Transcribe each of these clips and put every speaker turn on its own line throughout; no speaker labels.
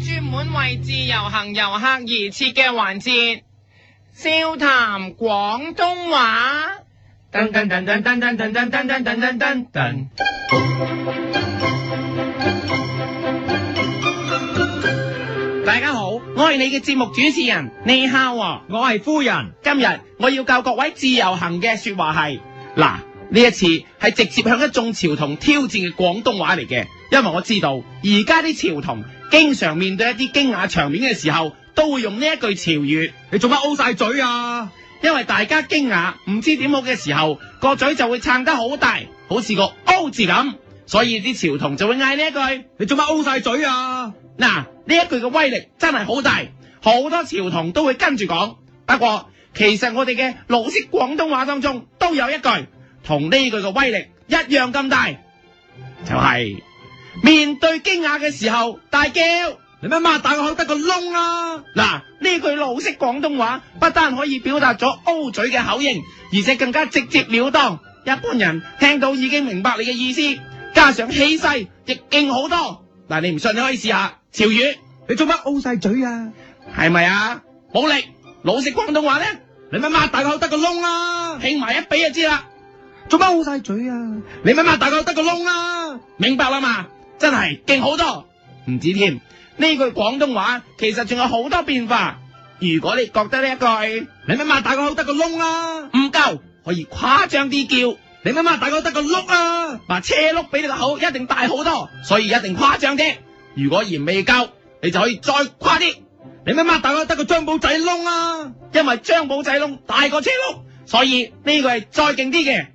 專門為自由行遊客而設嘅環節，笑談廣東話。
噔噔噔噔噔噔噔噔噔噔噔噔噔。
大家好，我係你嘅節目主持人，你好啊。
我係夫人，
今日我要教各位自由行嘅說話係嗱，呢一次係直接向一眾潮童挑戰嘅廣東話嚟嘅，因為我知道而家啲潮童經常面對一啲驚訝場面嘅時候，都會用呢一句潮語，
你做乜 O 晒嘴啊？
因為大家驚訝唔知點好嘅時候，個嘴就會撐得好大，好似個 O 字咁，所以啲潮童就會嗌呢一句。
你做乜 O 晒嘴啊？
嗱，呢一句嘅威力真係好大，好多潮童都會跟住講。不過，其實我哋嘅老式廣東話當中都有一句同呢句嘅威力一樣咁大，就係、面對驚訝嘅時候大叫。
你乜擘大個口得個窿啊？
嗱，呢句老式廣東話不單可以表達咗 O 嘴嘅口型，而且更加直接了當，一般人聽到已經明白你嘅意思，加上氣勢亦勁好多。嗱，你唔信你可以試下潮語。
你做乜 O 晒嘴啊？
系咪啊？冇力，老式廣東話呢，
你乜擘大個口得個窿啊？
拼埋一比就知啦。
做乜 O 晒嘴啊？你乜擘大個口得個窿啊？
明白啦嘛？真係勁好多，唔止添。呢句廣東話其實仲有好多變化。如果你覺得呢一句
你乜擘大個口得個窿啊？
唔夠，可以誇張啲叫，
你乜擘大個口得個碌啊？
嗱車轆比你個口一定大好多，所以一定誇張啲。如果嫌未夠，你就可以再誇啲，
你乜擘大個口得個張寶仔窿啊？
因為張寶仔窿大過車轆，所以呢句係再勁啲嘅。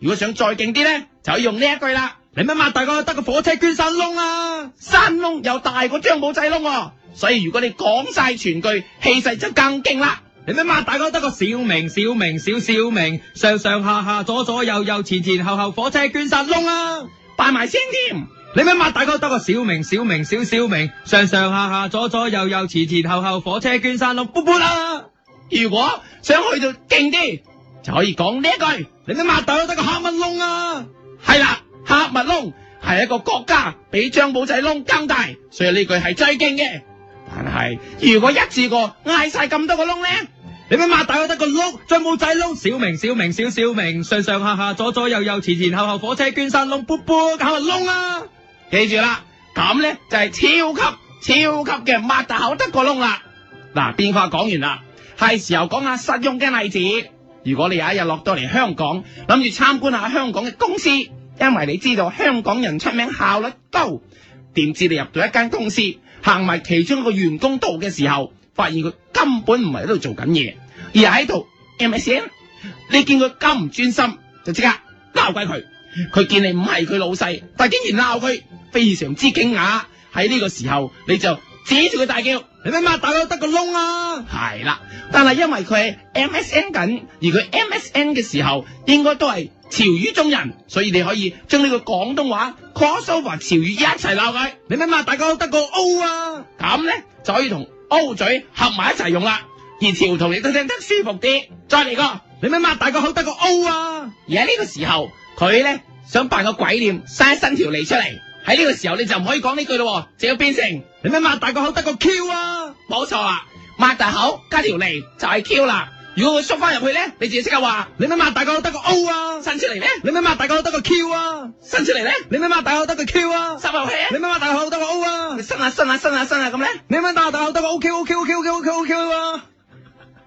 如果想再勁啲呢，就可以用呢一句啦。
你乜擘大個口得個火車捐山窿啊？
山窿又大過張寶仔窿、喎，所以如果你講晒全句，氣勢就更勁啦。
你咪擘大個得個小明小明小小明，上上下下左左右右前前後後火車捐殺窿啊！
拜埋先添，
你咪擘大個得個小明小明小小明，上上下下左左右右前前後後火車捐殺窿，噗噗啦！
如果想去到勁啲，就可以講呢一句，
你咪擘大個得個黑蚊窿啊！
係啦，黑密窿係一個國家比張寶仔窿更大，所以呢句係最勁嘅。但係如果一次過嗌晒咁多個窿呢，
你咪擘大個得個碌，再冇仔窿，小明小明小小明，上上下下左左右右前前後後火車捐殺窿，噗噗搞個窿啊！
記住啦，咁呢就係超級超級嘅擘大口得個窿啦。嗱，變化講完啦，係時候講下實用嘅例子。如果你有一日落到嚟香港，諗住參觀下香港嘅公司，因為你知道香港人出名效率高，點知你入到一間公司，行埋其中一個員工度嘅時候，發現佢根本唔係喺度做緊嘢，而係喺度 MSN。你見佢咁唔專心，就即刻鬧鬼佢。佢見你唔係佢老細，但竟然鬧佢，非常之驚訝。喺呢個時候，你就指住佢大叫。
你咪擘大個得個窿啊！
系啦，但係因為佢係 MSN 緊，而佢 MSN 嘅時候應該都係潮語中人，所以你可以將呢個廣東話 crossover 潮語一齊鬧佢，
你咪擘大個得個 O 啊！
咁呢就可以同 O 嘴合埋一齊用啦，而潮童亦都聽得舒服啲。再嚟個，而
你咪擘大個口得個 O 啊！
喺呢個時候佢呢想扮個鬼臉，伸伸條脷出嚟。喺呢個時候你就唔可以講呢句咯喎，就要變成。
你咪擘大個口得個 Q 啊！
冇錯啦，擘大口加條脷就係 Q 啦。如果佢縮翻入去咧，你自己識刻話
你咪擘大個口得個 O 啊！
伸出嚟咧，
你咪擘大個口得個 Q 啊！
伸出嚟咧，
你咪擘大個口得個 Q 啊！
收入去
你
咧，
咪擘大個口得個 O 啊
你！伸下伸下伸下伸下咁咧，
你咪擘大個口得個 O Q O Q O Q O Q O Q O Q 啊！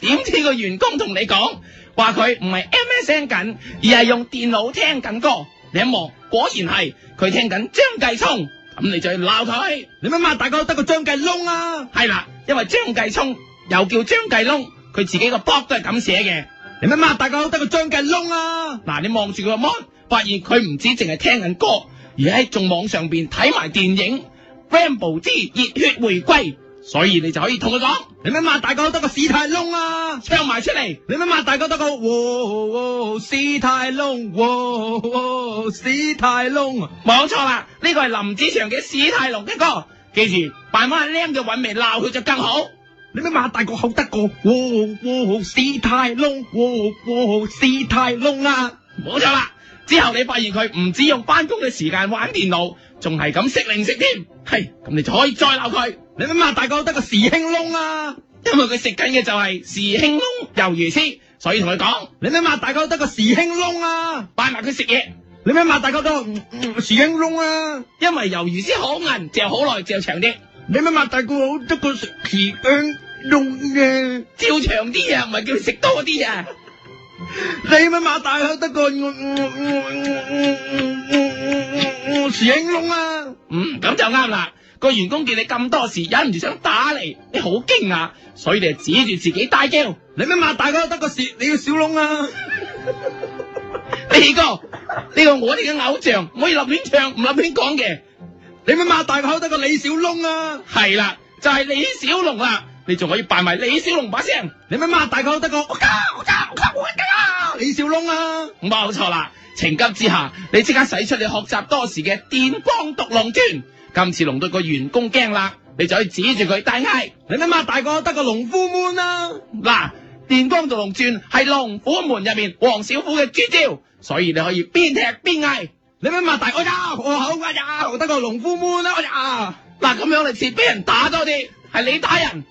點知個員工同你講話佢唔係 MSN 緊，而係用電腦聽緊歌。你一望，果然係佢聽緊張繼聰，咁你就要鬧佢。
你咪擘大個口得個張繼窿啊！
係啦，因為張繼聰又叫張繼窿，佢自己個 blog 都係咁寫嘅。
你咪擘大個口得個張繼窿啊！
嗱，你望住佢個 mon，發現佢唔止淨係聽緊歌，而喺仲網上邊睇埋電影《Rambo 之熱血回歸》，所以你就可以同佢講，
你咪擘大個口得個史泰窿啊！
唱埋出嚟。
你咪擘大個口得個哇哇史泰窿哇哇史泰窿，
冇錯啦，呢個係林子祥嘅史泰龍嘅歌，記住扮翻阿 Lam 嘅韻味鬧佢就更好。
你咪擘大個口得個哇哇史泰窿哇哇史泰窿啊！
冇錯啦，之後你發現佢唔止用翻工嘅時間玩電腦，仲係咁識零食添，係咁你就可以再鬧佢，
你咪擘大個得個時興窿啊！
因為佢食緊嘅就係時興窿魷魚絲，所以同佢講
你咪擘大個得個時興窿啊！
拜埋佢食嘢，
你咪擘大個得個嗯嗯時興窿啊！
因為魷魚絲好韌，嚼好耐，嚼長啲，
你咪擘大個好得個時興窿啊！
嚼長啲啊，唔係叫你食多啲啊。
你咪擘大口得個嗯嗯嗯嗯嗯嗯嗯嗯時興窿啊！
嗯，咁就啱啦。個員工見你咁多事，忍唔住想打你，你好驚訝，所以你就指住自己大叫：
你咪擘大個得個時你要小窿啊！
呢個呢個我哋嘅偶像，唔可以立亂唱，唔立亂講嘅。
你咪擘大口得個李小窿啊！
係啦，就係李小龍啦，你仲可以扮埋李小龍把聲，
你咪擘大口得個我家我家我家我家啊李小窿啊！
冇錯啦。情急之下，你即刻使出你學習多時嘅電光毒龍鑽，今次龍到個員工驚啦，你就可以指住佢大嗌。
你咪擘大個得個農夫 moon 啊！
嗱，電光毒龍鑽係龍虎門入面黃小虎嘅絕招，所以你可以邊踢邊嗌。
你咪擘大我呀，我口啊呀，我得個農夫 moon 啦我呀！
嗱，咁樣你似俾人打多啲，係你打人。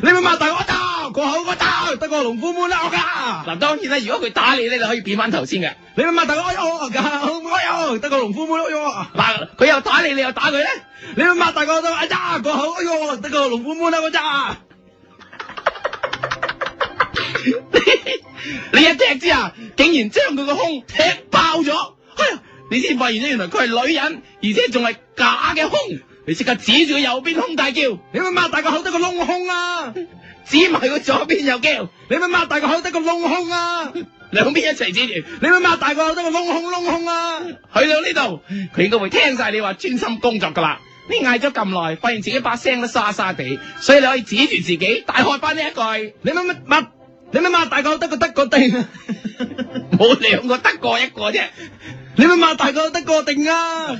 你咪擘大我呀，我口我呀，得個農夫 moon 啦我呀！
嗱，當然啦，如果佢打你咧，你可以變翻頭先嘅。
你咪擘大我呀，我口我呀，得個農夫 moon 哎呀！
嗱，佢又打你，你又打佢咧，
你咪擘大個得哎呀，我口哎呀，得個農夫 moon 啦我呀！
你一踢之下，竟然將佢個胸踢爆咗。哎呀，你先發現咧，原來佢係女人，而且仲係假嘅胸。你即刻指住佢右邊胸大叫，
你咪擘大個口得個窿空啊！
指埋佢左邊又叫，
你咪擘大個口得個窿空啊！你
兩邊一齊指住。
咪擘大個口得個窿空窿空啊！
去到呢度，佢應該會聽晒你話專心工作噶啦。你嗌咗咁耐，發現自己把聲都沙沙地，所以你可以指住自己大喝翻呢一句。
你咪擘擘，你咪擘大個口得個得個定啊！
冇兩個得過一個啫，
你咪擘大個口得個定啊！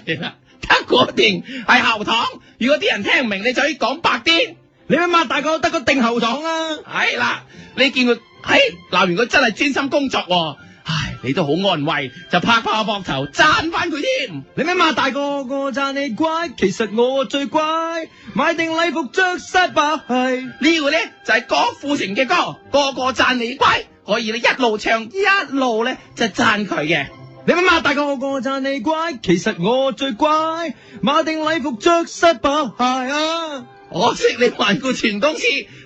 得過定係喉糖。如果啲人聽唔明，你就可以講白啲。
你咪擘大個得個定喉糖啊！
係啦，你見佢，唉，鬧完佢真係專心工作喎、唉，你都好安慰，就拍拍我膊頭讚翻佢添。
你咪擘大個個讚你乖，其實我最乖，買定禮服着晒吧係。
呢個咧就係郭富城嘅歌，個個讚你乖，可以你一路唱一路咧就讚佢嘅。
你咪擘大個個讚你乖，其實我最乖，買定禮服着晒吧係啊！
可惜你環顧全公司，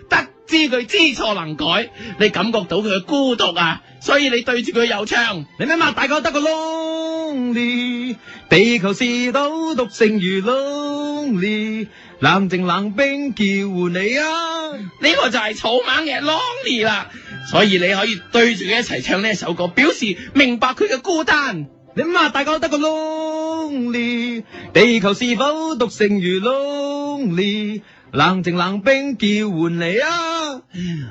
得知佢知錯能改，你感覺到佢嘅孤獨啊，所以你對住佢又唱。
你咪擘大個得個 lonely，地球是島獨剩如 lonely，冷靜冷冰叫你啊！
呢個就係草蜢嘅 Lonely 啦，所以你可以對住佢一齊唱呢一首歌，表示明白佢嘅孤單。
你咪大個得個 lonely，地球是否獨剩如 lonely，冷靜冷冰叫喚你啊！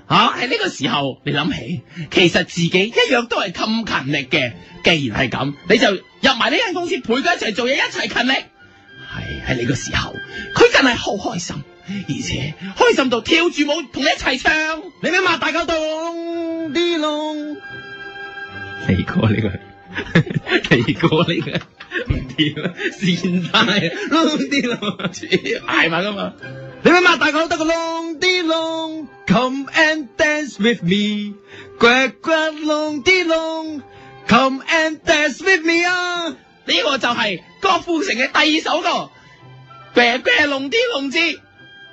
啊！喺呢個時候，你諗起，其實自己一樣都係咁勤力嘅。既然係咁，你就入埋呢間公司陪佢一齊做嘢，一齊勤力。係喺呢個時候，佢真係好開心，而且開心到跳住舞同你一齊唱。
你咪擘大個窿啲窿，嚟過呢個，嚟過呢個，唔掂啊，善晒啊，窿啲 窿，
挨埋噶嘛？
你咪擘大個得個窿啲窿，Come and dance with me，乖乖窿啲窿，Come and dance with me à. 啊！
呢個就係郭富城嘅第二首歌，啤啤弄啲弄之，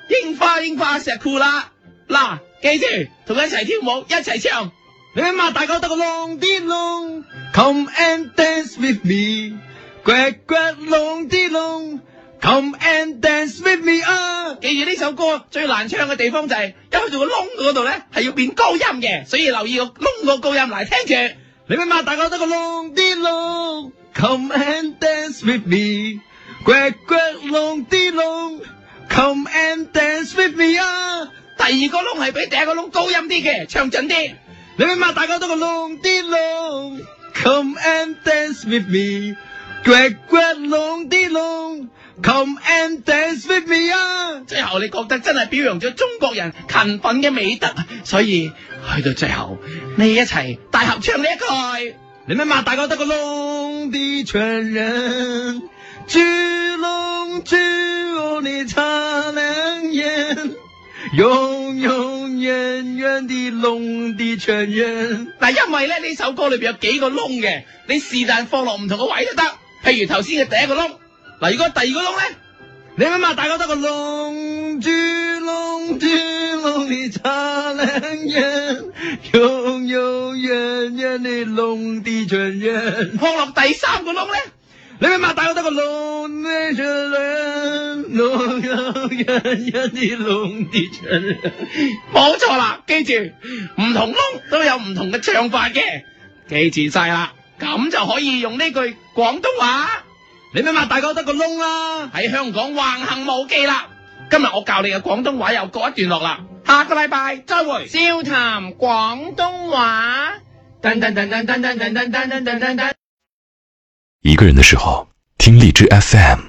櫻花櫻花石酷啦。嗱，記住同佢一齊跳舞，一齊唱。
你咪擘大個得個窿啲窿，Come and dance with me，乖乖窿啲窿，Come and dance with me à. 啊！
記住呢首歌最難唱嘅地方就係、一去到個窿嗰度咧，係要變高音嘅，所以留意個窿個高音嚟聽住。
你咪擘大個得個窿啲窿，Come and dance with me，乖乖窿啲窿，Come and dance with me 啊！
第二個窿係比第一個窿高音啲嘅，唱準啲。
你咪擘大個得個窿啲窿，Come and dance with me，乖乖窿啲窿，Come and dance with me 啊！
最後你覺得真係表揚咗中國人勤奮嘅美德，所以去到最後，你一齊大合唱呢一句。
你咪擘大個得個窿啲傳人，豬窿。祝你擦亮眼，永永远远的龙的泉源。
嗱，因為咧呢首歌裏边有幾個窿嘅，你是但放落唔同嘅位都得。譬如頭先嘅第一個窿，嗱，如果第二個窿咧，
你諗下，大家得個龍珠龍珠龍的擦亮眼，永永远远的龙的泉源。
放落第三個窿咧，
你明白？大佬得個龍的泉源，龍有人人的龍的泉源。
冇錯啦。記住，唔同窿都有唔同嘅唱法嘅，記住晒啦。咁就可以用呢句廣東話
你明白？大佬得個窿啦。
喺香港橫行無忌啦。今日我教你嘅廣東話又告一段落啦，下個禮拜再會。
笑談廣東話。噔噔噔噔噔噔噔噔噔噔噔噔。
一个人的时候，听荔枝 FM。